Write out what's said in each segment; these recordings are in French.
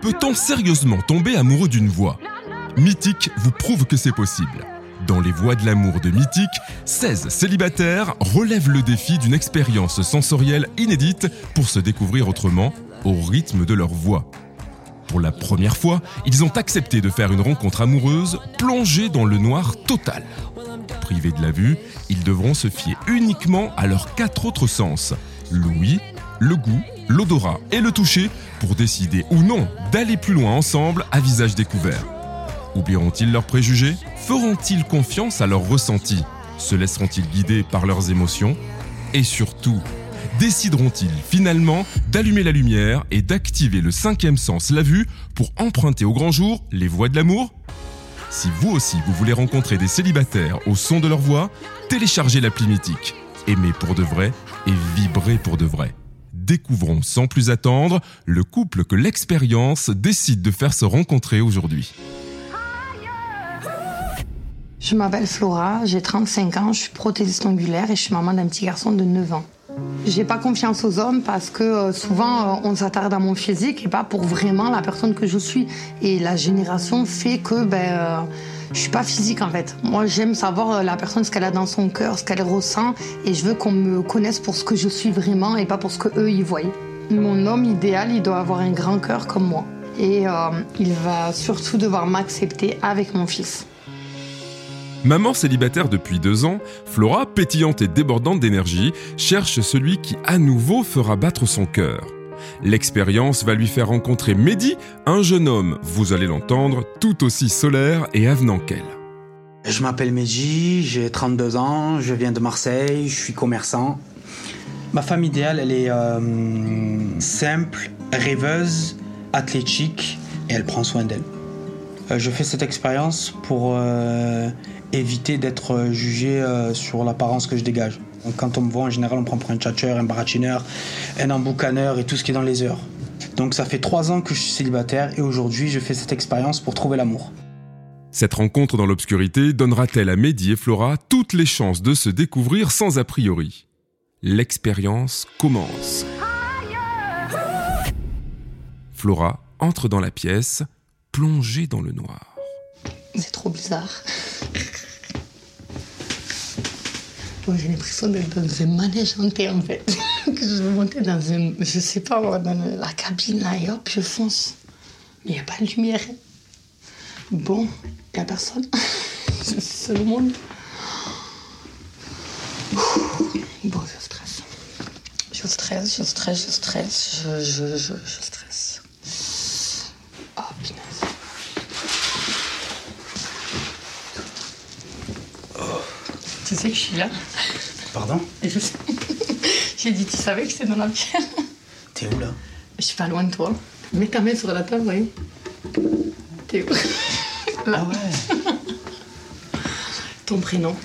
Peut-on sérieusement tomber amoureux d'une voix Mythique vous prouve que c'est possible. Dans Les Voix de l'amour de Mythique, 16 célibataires relèvent le défi d'une expérience sensorielle inédite pour se découvrir autrement, au rythme de leur voix. Pour la première fois, ils ont accepté de faire une rencontre amoureuse plongée dans le noir total. Privés de la vue, ils devront se fier uniquement à leurs quatre autres sens, l'ouïe, le goût, l'odorat et le toucher, pour décider ou non d'aller plus loin ensemble à visage découvert. Oublieront-ils leurs préjugés Feront-ils confiance à leurs ressentis Se laisseront-ils guider par leurs émotions Et surtout, décideront-ils finalement d'allumer la lumière et d'activer le cinquième sens, la vue, pour emprunter au grand jour les voies de l'amour Si vous aussi vous voulez rencontrer des célibataires au son de leur voix, téléchargez l'appli mythique. Aimez pour de vrai et vibrez pour de vrai. Découvrons sans plus attendre le couple que l'expérience décide de faire se rencontrer aujourd'hui. Je m'appelle Flora, j'ai 35 ans, je suis prothésiste angulaire et je suis maman d'un petit garçon de 9 ans. J'ai pas confiance aux hommes parce que euh, souvent euh, on s'attarde à mon physique et pas pour vraiment la personne que je suis. Et la génération fait que ben, euh, je suis pas physique en fait. Moi j'aime savoir euh, la personne ce qu'elle a dans son cœur, ce qu'elle ressent et je veux qu'on me connaisse pour ce que je suis vraiment et pas pour ce que eux y voient. Mon homme idéal, il doit avoir un grand cœur comme moi et euh, il va surtout devoir m'accepter avec mon fils. Maman célibataire depuis deux ans, Flora, pétillante et débordante d'énergie, cherche celui qui à nouveau fera battre son cœur. L'expérience va lui faire rencontrer Mehdi, un jeune homme, vous allez l'entendre, tout aussi solaire et avenant qu'elle. Je m'appelle Meji, j'ai 32 ans, je viens de Marseille, je suis commerçant. Ma femme idéale, elle est euh, simple, rêveuse, athlétique et elle prend soin d'elle. Euh, je fais cette expérience pour euh, éviter d'être jugé euh, sur l'apparence que je dégage. Donc, quand on me voit, en général, on prend pour un tchatcheur, un baratineur, un emboucaneur et tout ce qui est dans les heures. Donc ça fait trois ans que je suis célibataire et aujourd'hui, je fais cette expérience pour trouver l'amour. Cette rencontre dans l'obscurité donnera-t-elle à Mehdi et Flora toutes les chances de se découvrir sans a priori L'expérience commence. Flora entre dans la pièce, plongée dans le noir. C'est trop bizarre. Moi, j'ai l'impression d'être dans un manège hanté, en fait. que je vais monter dans un... Je sais pas, moi, dans la cabine, là, et hop, je fonce. Mais il n'y a pas de lumière. Bon, il n'y a personne. je suis seul au monde. Bon, je stresse. Je stresse, je stresse, je stresse. Je, je, je, je stresse. Oh, punaise. Tu sais que je suis là Pardon Et je sais. J'ai dit, tu savais que c'était dans la pierre T'es où là Je suis pas loin de toi. Mets ta main sur la table, voyons. T'es où Ah ouais Ton prénom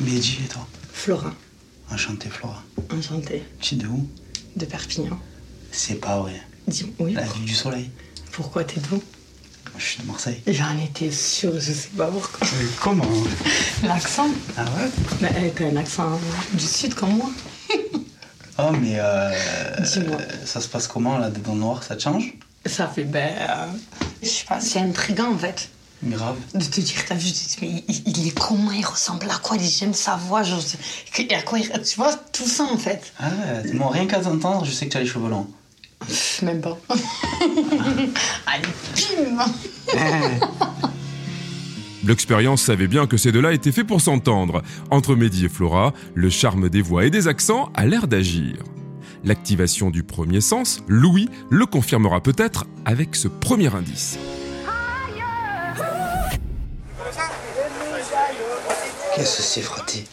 Mehdi et toi Flora. Enchanté Flora. Enchantée. Tu es de où De Perpignan. C'est pas vrai. Dis, oui, La ville du soleil. pourquoi t'es debout Je suis de Marseille. J'en étais sûre, je sais pas pourquoi. Comment L'accent Ah ouais Mais elle, T'as un accent du sud comme moi. Oh mais euh, Dis-moi. euh, ça se passe comment là dedans le noir ça te change Ça fait ben. euh, je sais pas, c'est intriguant en fait. Mais grave. De te dire, t'as vu, tu te dis, mais il, il est comment, il ressemble à quoi, j'aime sa voix, genre, que- à quoi il- Tu vois, tout ça en fait. Ah ouais, bon rien qu'à t'entendre je sais que tu as les cheveux longs. Pff, Même pas. Allez, bim L'expérience savait bien que ces deux-là étaient faits pour s'entendre. Entre Mehdi et Flora, le charme des voix et des accents a l'air d'agir. L'activation du premier sens, Louis, le confirmera peut-être avec ce premier indice. Qu'est-ce que c'est fraté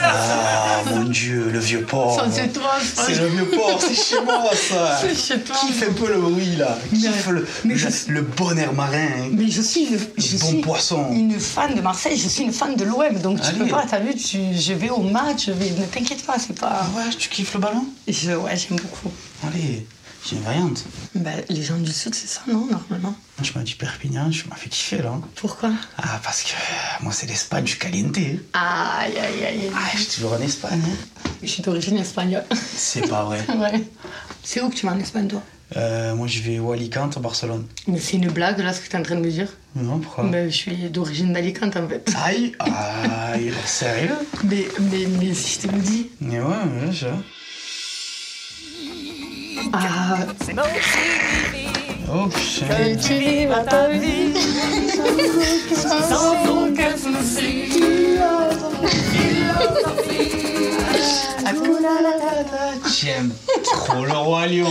Ah mon dieu le vieux porc. Ça, c'est toi, ça. Oh, C'est le vieux porc c'est chez moi ça. C'est chez toi. Qui fait un peu le bruit là. Qui Mais- fait le, mais le, je- le bon air marin. hein. Mais je suis, une, je Bon suis poisson. une fan de Marseille, je suis une fan de l'OM, donc tu Allez. peux pas, t'as vu, tu- je vais au match, je vais, ne t'inquiète pas, c'est pas... Ah ouais tu kiffes le ballon Je- ouais, j'aime beaucoup. Allez. J'ai une variante. Ben, les gens du Sud, c'est ça, non, normalement Je m'as dit Perpignan, je m'en fais kiffer là. Pourquoi Ah, parce que euh, moi, c'est l'Espagne, je suis caliente. hein. Aïe, aïe, aïe. Ah, je suis toujours en Espagne. hein. Je suis d'origine espagnole. C'est pas vrai. ouais. C'est où que tu vas en Espagne, toi Euh, moi, je vais au Alicante, à Barcelone. Mais c'est une blague, là, ce que t'es en train de me dire Non, pourquoi Ben, je suis d'origine d'Alicante, en fait. Aïe, aïe, sérieux Mais, mais, mais si je te le dis. Mais ouais, ouais, je... Ah, Oh, putain. tu vives à ta vie sans aucun souci. J'aime trop le roi lion.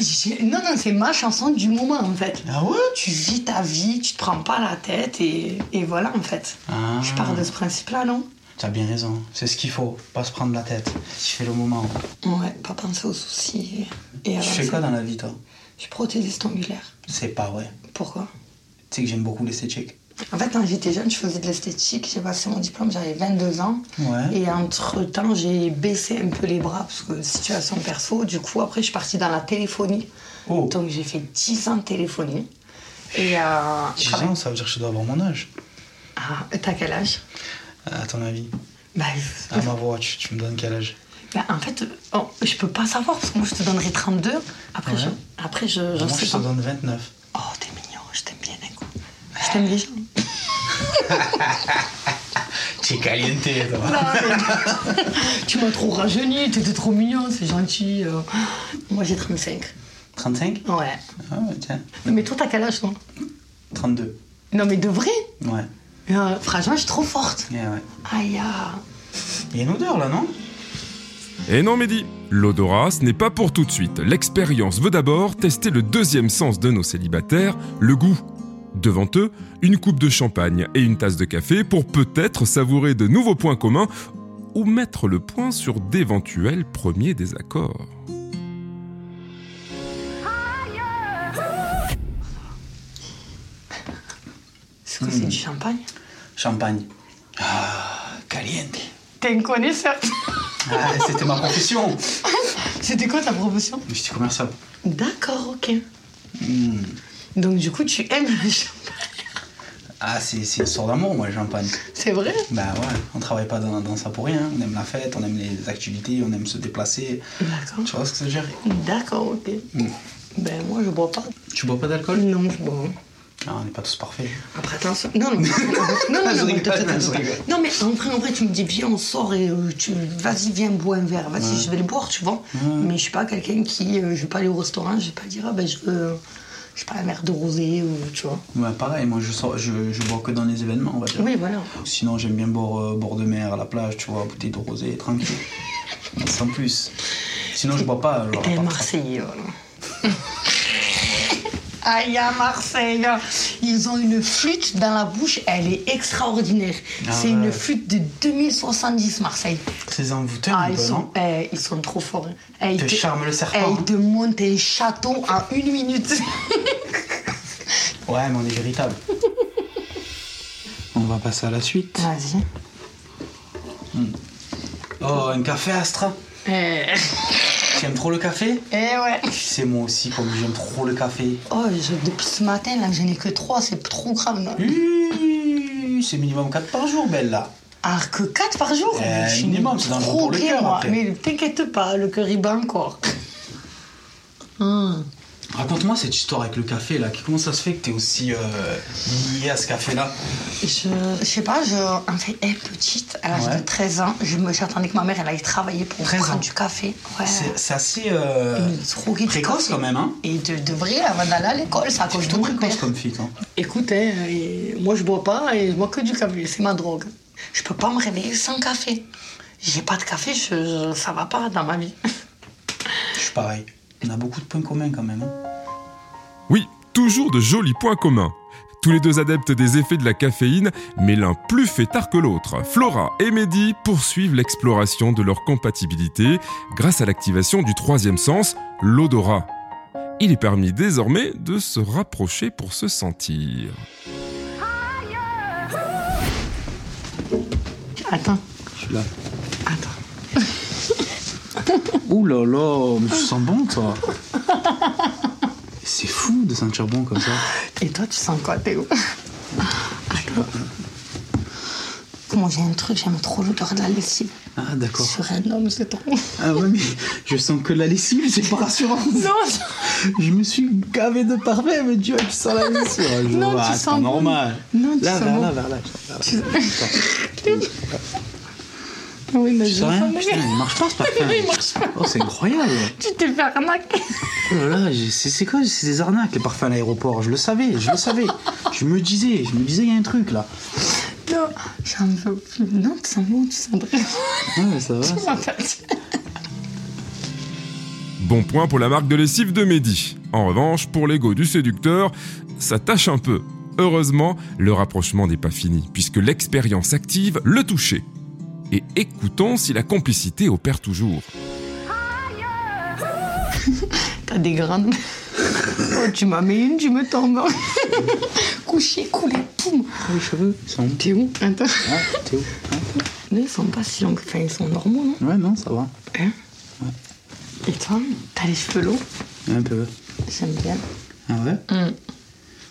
J'ai- Non, non, c'est ma chanson du moment en fait. Ah ouais Tu vis ta vie, tu te prends pas la tête et, et voilà en fait. Ah. Je pars de ce principe-là, non T'as bien raison, c'est ce qu'il faut, pas se prendre la tête. Tu fais le moment. Ouais, pas penser aux soucis. Et Tu fais avancer. quoi dans la vie, toi Je suis prothésiste angulaire. C'est pas vrai. Pourquoi Tu sais que j'aime beaucoup l'esthétique. En fait, quand j'étais jeune, je faisais de l'esthétique. J'ai passé mon diplôme, j'avais 22 ans. Ouais. Et entre-temps, j'ai baissé un peu les bras parce que situation perso. Du coup, après, je suis partie dans la téléphonie. Oh, Donc, j'ai fait 10 ans de téléphonie. Et. Euh, 10 travaille- ans, ça veut dire que je dois avoir mon âge. Euh, Ah, T'as quel âge À ton avis, bah, à ma watch, tu me donnes quel âge bah, en fait, oh, je peux pas savoir parce que moi je te donnerai 32. Après, Ouais. je, après je, je Moi, sais je te pas. donne 29. Oh, t'es mignon, je t'aime bien d'un coup. Je t'aime déjà. Non, Tu es caliente, toi. mais- tu m'as trop rajeuni, t'étais trop mignon, c'est gentil. euh. Moi j'ai 35. 35 Ouais. Ah ouais, tiens. Mais toi, t'as quel âge toi 32. Non, mais de vrai Ouais. Euh, Franchement, je suis trop forte. Yeah, ouais. Aïe, ah. Il y a une odeur là, non Et Eh non, Mehdi, l'odorat, ce n'est pas pour tout de suite. L'expérience veut d'abord tester le deuxième sens de nos célibataires, le goût. Devant eux, une coupe de champagne et une tasse de café pour peut-être savourer de nouveaux points communs ou mettre le point sur d'éventuels premiers désaccords. C'est quoi, c'est du champagne Champagne. Ah, caliente. T'es une connaisseur. Ah, c'était ma profession. C'était quoi ta promotion Je suis commercial. D'accord, ok. Hmm. Donc du coup, tu aimes le champagne. Ah, c'est c'est une histoire d'amour, moi, le champagne. C'est vrai Bah ouais, on travaille pas dans, dans ça pour rien. On aime la fête, on aime les activités, on aime se déplacer. D'accord. Tu vois ce que je veux dire D'accord, ok. Mm. Ben moi, je bois pas. Oh, Tu bois pas d'alcool Non, je bois. hein. Ah, on n'est pas tous parfaits. Après, attention. Non, non, non, non, non, Je non, attends, rigole, attends, je attends. rigole. non, mais en vrai, en vrai, tu me dis, viens, on sort et euh, tu, vas-y, viens, bois un verre. Vas-y, je vais le boire, tu vois. Mais je suis pas quelqu'un qui, euh, je vais pas aller au restaurant, je vais pas dire, ah ben je veux, je sais pas, un verre de rosé ou, tu vois. Ouais, pareil, moi, je, sors, je, je bois que dans les événements, on va dire. Oui, voilà. Sinon, j'aime bien boire euh, bord de mer, à la plage, tu vois, bouteille de rosé, tranquille. Sans plus. Sinon, je bois pas. Genre, à T'es part- Marseillais, voilà. Aïe, à Marseille, ils ont une flûte dans la bouche, elle est extraordinaire. Ah c'est ouais. une flûte de 2070, Marseille. C'est envoûtant, Ah, un ils peu, sont, non eh, ils sont trop forts. hein. Eh, ils Te charme le serpent, eh, hein. ils te montent un chaton en une minute. Ouais, mais on est véritable. on va passer à la suite. Vas-y. Oh, un café Astra Eh, Tu aimes trop le café eh ouais. Tu sais, moi aussi, comme j'aime trop le café. Oh, je- depuis ce matin, là, j'en ai que trois, c'est trop grave. Hmm. non Hum, C'est minimum 4 par jour, belle là. Ah, que quatre par jour Eh, mais je suis minimum, c'est dangereux pour le droguée, cœur, moi. après. Mais t'inquiète pas, le cœur il bat encore. Raconte-moi cette histoire avec le café là. Comment ça se fait que t'es aussi euh, lié à ce café là Je, je sais pas, je, en fait, eh, petite, à l'âge Ouais. de 13 ans, je me, j'attendais que ma mère elle aille travailler pour 13 ans. prendre du café. Ouais. C'est c'est assez euh, Une droguée du précoce café. quand même, hein Et de, de vrai, avant d'aller à l'école, ça coche tout Tout mon père. précoce comme fille, toi. Écoute, hein, et moi je bois pas et je bois que du café, c'est ma drogue. Je peux pas me réveiller sans café. J'ai pas de café, je, je- ça va pas dans ma vie. Je suis pareil. On a beaucoup de points communs quand même. hein. Oui, toujours de jolis points communs. Tous les deux adeptes des effets de la caféine, mais l'un plus fêtard que l'autre. Flora et Mehdi poursuivent l'exploration de leur compatibilité grâce à l'activation du troisième sens, l'odorat. Il est permis désormais de se rapprocher pour se sentir. Attends, Je suis là. attends. Ouh là là, mais tu sens bon toi. de sentir bon comme ça. Et toi, tu sens quoi, Théo Attends. Moi, j'ai un truc, j'aime trop l'odeur de la lessive. Ah, d'accord. Sur un homme, c'est trop. Ah ouais, mais je sens que la lessive, c'est pas rassurant. Non, Je me suis gavé de parfait, mais tu vois, tu sens la lessive. Ah, je Non, vois, tu c'est sens pas bon. normal. Non, tu là, sens vers bon. là, vers là, vers là. Tu- Attends. oui, mais Tu je sens rien sens- Putain, il marche pas ce parfum. Il marche pas. Oh, c'est incroyable. Tu t'es fait arnaquer. Oh là là, j'ai- c'est c'est quoi C'est des arnaques, les parfums à l'aéroport. Je le savais, je le savais. Je me disais, je me disais, il y a un truc là. Non, j'en veux plus. Non, tu sens bon, tu sens très Ouais, Ah, ça va. bon, en fait. Bon point pour la marque de lessive de Mehdi. En revanche, pour l'ego du séducteur, ça tâche un peu. Heureusement, le rapprochement n'est pas fini, puisque l'expérience active le toucher. Et écoutons si la complicité opère toujours. T'as des grandes. Oh, tu m'en mets une, tu me tombes. Couché, coulé, poum. Ah, Les cheveux, ils sont. T'es où Attends. Ah, t'es où Hein Non, ils sont pas si longs. Enfin, ils sont normaux, non Ouais, non, ça va. Hein Et toi, t'as les cheveux longs Un peu. J'aime bien. Ah ouais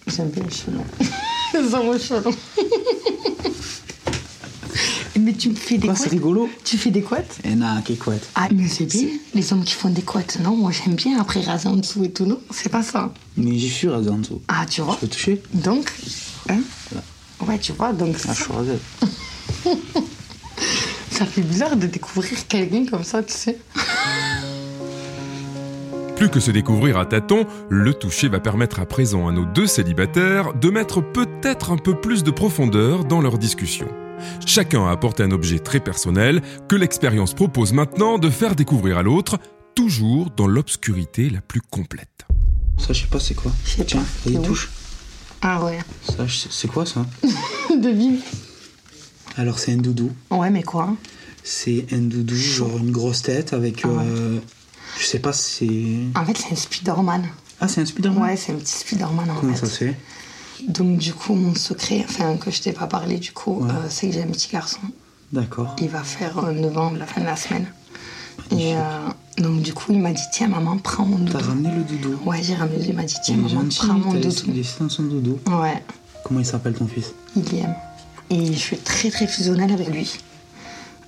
J'aime bien les cheveux longs. Ils sont vos cheveux longs. Mais tu me fais des Quoi, c'est couettes rigolo Tu fais des couettes Et non, qui couette. Ah, mais c'est bien. Les hommes qui font des couettes, non Moi, j'aime bien après raser en dessous et tout, non C'est pas ça. Mais j'y suis rasé en dessous. Ah, tu Je vois peux toucher Donc, hein Ouais, tu vois, donc Ah, je ça, suis rasé. ça fait bizarre de découvrir quelqu'un comme ça, tu sais. Plus que se découvrir à tâtons, le toucher va permettre à présent à nos deux célibataires de mettre peut-être un peu plus de profondeur dans leur discussion. Chacun a apporté un objet très personnel que l'expérience propose maintenant de faire découvrir à l'autre, toujours dans l'obscurité la plus complète. Ça, je sais pas, c'est quoi Je sais Tiens, pas. C'est vas-y, où touche. Ah ouais. Ça, je sais- c'est quoi ça Devine. Alors, c'est un doudou. Ouais, mais quoi hein C'est un doudou, genre une grosse tête avec. Ah ouais. euh, Je sais pas si c'est. En fait, c'est un Spider-Man. Ah, c'est un Spider-Man Ouais, c'est un petit Spider-Man en Comment fait. ça se fait Donc, du coup, mon secret, enfin, que je t'ai pas parlé, du coup, Ouais. euh, c'est que j'ai un petit garçon. D'accord. Il va faire euh, 9 ans la fin de la semaine. Magnifique. Et euh, donc, du coup, il m'a dit Tiens, maman, prends mon T'as doudou. ramené le doudou Ouais, j'ai ramené. Il m'a dit Tiens, Il est maman, gentil, prends mon t'as doudou. laissé- il est dans son doudou. Ouais, Comment il s'appelle ton fils il y aime. Et je suis très très fusionnelle avec lui.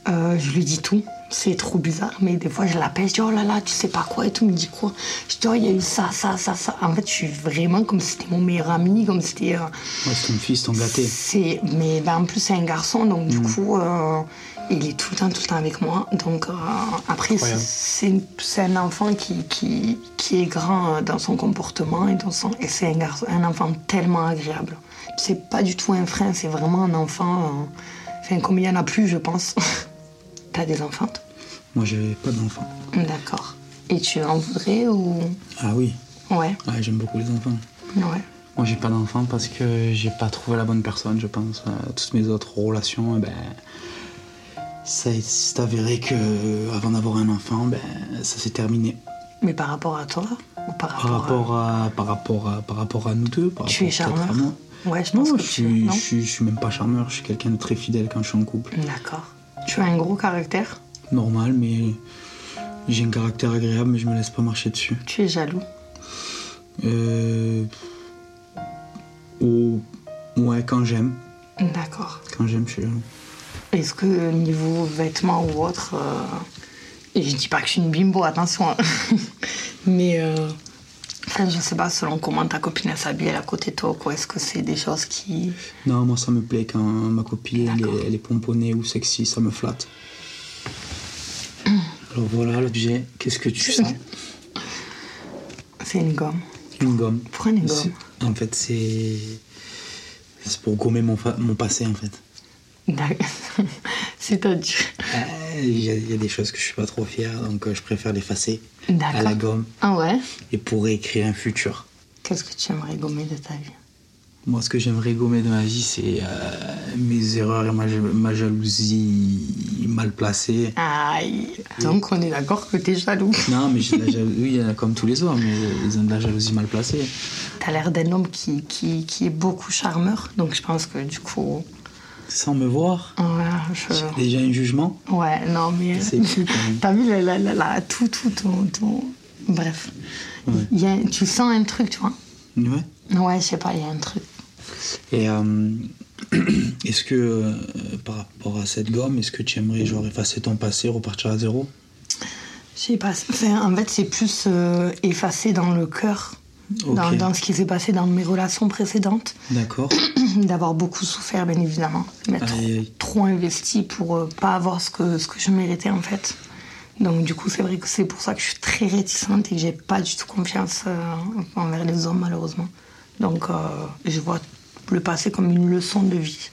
Euh, je lui dis tout. C'est trop bizarre, mais des fois je l'appelle, je dis oh là là, tu sais pas quoi et tout, il me dit quoi Je dis oh, il y a eu ça, ça, ça, ça. En fait, je suis vraiment comme si c'était mon meilleur ami, comme si c'était. euh, Ouais, c'est ton fils, ton gâté. c'est, mais ben, en plus c'est un garçon, donc du Mm. coup, euh, il est tout le temps, tout le temps avec moi. Donc euh, après, c'est, Incroyable. c'est une- c'est un enfant qui, qui, qui est grand euh, dans son comportement et dans son, et c'est un garçon, un enfant tellement agréable. C'est pas du tout un frein, c'est vraiment un enfant. euh, enfin, comme il y en a plus, je pense. T'as des enfants, toi Moi, j'ai pas d'enfant. D'accord. Et tu en voudrais ou Ah oui, Ouais, ouais, j'aime beaucoup les enfants. ouais. Moi, j'ai pas d'enfant parce que j'ai pas trouvé la bonne personne, je pense. Euh, Toutes mes autres relations, eh ben, ça s'est avéré que euh, avant d'avoir un enfant, ben, ça s'est terminé. Mais par rapport à toi ou par rapport, Par rapport à, par rapport à, par rapport à nous deux. Par à... tu es rapport peut-être à charmeur moi. Ouais, je Non, pense que je tu- suis, non je, suis, je suis même pas charmeur. Je suis quelqu'un de très fidèle quand je suis en couple. D'accord. Tu as un gros caractère, Normal, mais j'ai un caractère agréable, mais je me laisse pas marcher dessus. tu es jaloux. Euh... oh, Ouais, quand j'aime. D'accord. Quand j'aime, je suis jaloux. Est-ce que euh, niveau vêtements ou autre, euh, et je dis pas que je suis une bimbo, attention, hein. mais euh, enfin, je sais pas selon comment ta copine elle s'habille elle est à côté de toi, quoi. Est-ce que c'est des choses qui. Non, moi ça me plaît quand ma copine elle D'accord. est, elle est pomponnée ou sexy, ça me flatte. Alors voilà l'objet. Qu'est-ce que tu sens C'est une gomme. Une gomme. Pourquoi une gomme C'est- En fait, c'est. C'est pour gommer mon, fa- mon passé en fait. D'ac- C'est-à-dire. Euh, Il y, a- il y a des choses que je suis pas trop fier, donc euh, je préfère l'effacer à la D'accord. gomme Ah ouais et pour écrire un futur. Qu'est-ce que tu aimerais gommer de ta vie Moi, ce que j'aimerais gommer de ma vie, c'est euh, mes erreurs et ma, ja- ma jalousie mal placée. Aïe Donc on est d'accord que t'es jaloux. Non, mais j'ai de la jalousie, oui, il y en a comme tous les hommes, mais ils ont de la jalousie mal placée. T'as l'air d'un homme qui, qui, qui est beaucoup charmeur, donc je pense que du coup. Sans me voir, Ouais, je... j'ai déjà un jugement. Ouais, non, mais. C'est cul quand même. T'as vu, là, là, là, là, tout, tout, ton. ton- Bref. Ouais. Il y a- Tu sens un truc, tu vois. Ouais. Ouais, je sais pas, il y a un truc. Et euh, est-ce que, euh, par rapport à cette gomme, est-ce que tu aimerais genre effacer ton passé, repartir à zéro Je sais pas. Enfin, en fait, c'est plus euh, effacé dans le cœur, Ok. dans, dans ce qui s'est passé dans mes relations précédentes, D'accord. d'avoir beaucoup souffert, bien évidemment, mais trop, Aïe, aïe. trop investi pour euh, pas avoir ce que, ce que je méritais, en fait. Donc, du coup, c'est vrai que c'est pour ça que je suis très réticente et que j'ai pas du tout confiance euh, envers les hommes, malheureusement. Donc, euh, je vois le passé comme une leçon de vie.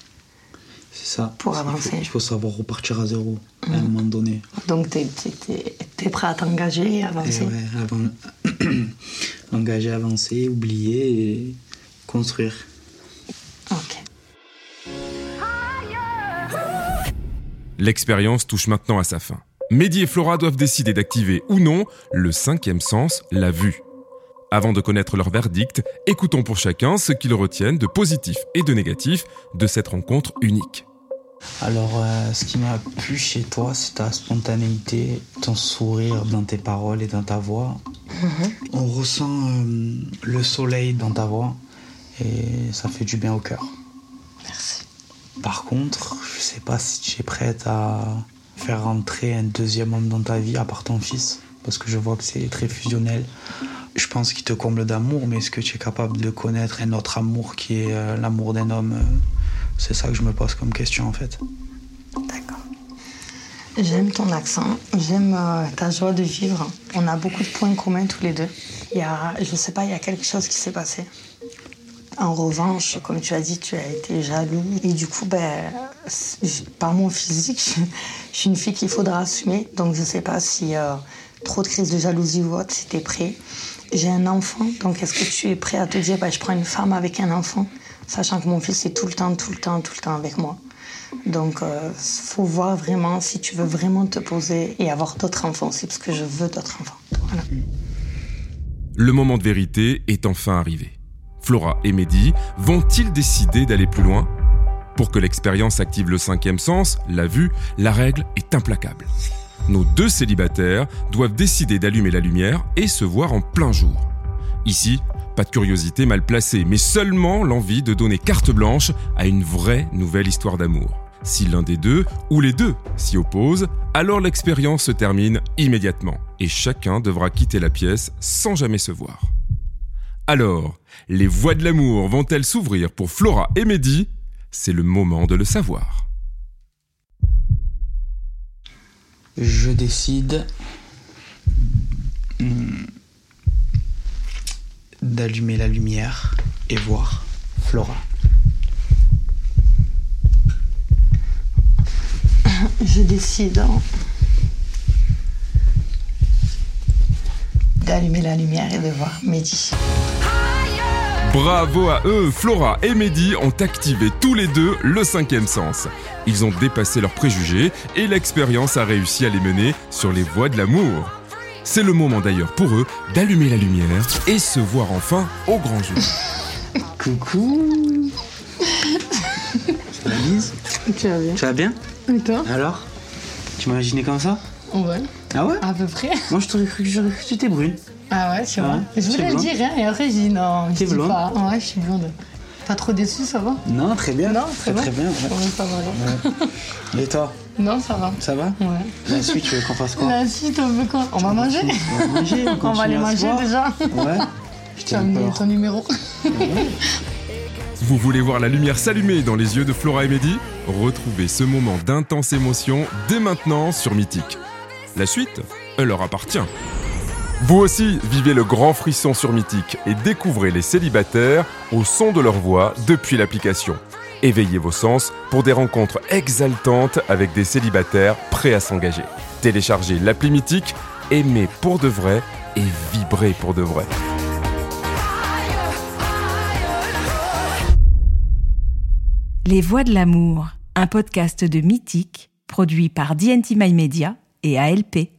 C'est ça. Pour Il faut- avancer. Mm. Il faut savoir repartir à zéro à un moment donné. Donc, t'es t'es- t'es- t'es prêt à t'engager et Et avancer. Eh ouais, avant- Engager, avancer, oublier et construire. Ok. L'expérience touche maintenant à sa fin. Mehdi et Flora doivent décider d'activer ou non le cinquième sens, la vue. Avant de connaître leur verdict, écoutons pour chacun ce qu'ils retiennent de positif et de négatif de cette rencontre unique. Alors, euh, ce qui m'a plu chez toi, c'est ta spontanéité, ton sourire dans tes paroles et dans ta voix. On ressent euh, le soleil dans ta voix et ça fait du bien au cœur. Merci. Par contre, je sais pas si tu es prête à faire rentrer un deuxième homme dans ta vie à part ton fils, parce que je vois que c'est très fusionnel. Je pense qu'il te comble d'amour, mais est-ce que tu es capable de connaître un autre amour qui est euh, l'amour d'un homme euh, C'est ça que je me pose comme question en fait. D'accord. J'aime ton accent, j'aime euh, ta joie de vivre. On a beaucoup de points communs tous les deux. Il y a, je sais pas, il y a quelque chose qui s'est passé. En revanche, comme tu as dit, tu as été jaloux. Et du coup, ben, c'est- par mon physique, je, je suis une fille qu'il faudra assumer. Donc, je sais pas si euh, trop de crise de jalousie ou autre, si tu es prêt. J'ai un enfant, donc est-ce que tu es prêt à te dire, ben, je prends une femme avec un enfant, sachant que mon fils est tout le temps, tout le temps, tout le temps avec moi. Donc, euh, faut voir vraiment si tu veux vraiment te poser et avoir d'autres enfants aussi, parce que je veux d'autres enfants. Voilà. Le moment de vérité est enfin arrivé. Flora et Mehdi vont-ils décider d'aller plus loin Pour que l'expérience active le cinquième sens, la vue, la règle est implacable. Nos deux célibataires doivent décider d'allumer la lumière et se voir en plein jour. Ici, pas de curiosité mal placée, mais seulement l'envie de donner carte blanche à une vraie nouvelle histoire d'amour. Si l'un des deux, ou les deux, s'y oppose, alors l'expérience se termine immédiatement, et chacun devra quitter la pièce sans jamais se voir. Alors, les voies de l'amour vont-elles s'ouvrir pour Flora et Mehdi C'est le moment de le savoir. Je décide hmm, d'allumer la lumière et voir Flora. Je décide hein, d'allumer la lumière et de voir Mehdi. Bravo à eux, Flora et Mehdi ont activé tous les deux le cinquième sens. Ils ont dépassé leurs préjugés et l'expérience a réussi à les mener sur les voies de l'amour. C'est le moment d'ailleurs pour eux d'allumer la lumière et se voir enfin au grand jour. Coucou Lise, Tu vas bien tu vas bien Et toi Alors Tu m'imaginais comme ça Ouais, Ah ouais à peu près. Moi je t'aurais cru que j'aurais cru que tu étais brune. Ah ouais, tu vois. vois. Je je voulais voulais le le dire, hein, et après j'ai dit non, je T'es dis blonde pas. Ouais, je suis blonde. Pas trop déçue, ça va Non, très bien. Non, très, très bien. ouais. ça va. Et toi, Non, ça va. ça va Ouais. La suite, tu veux qu'on fasse quoi La suite, on veut quoi On va manger On va manger, on, On va aller continue à se manger voir. déjà. Ouais. Je Tu as t'aime mis peur. ton numéro. Vous voulez voir la lumière s'allumer dans les yeux de Flora et Mehdi Retrouvez ce moment d'intense émotion dès maintenant sur Mythique. La suite, elle leur appartient. Vous aussi, vivez le grand frisson sur Mythique et découvrez les célibataires au son de leur voix depuis l'application. Éveillez vos sens pour des rencontres exaltantes avec des célibataires prêts à s'engager. Téléchargez l'appli Mythique, aimez pour de vrai et vibrez pour de vrai. Les Voix de l'amour, un podcast de Mythique, produit par DNT My Media et ALP.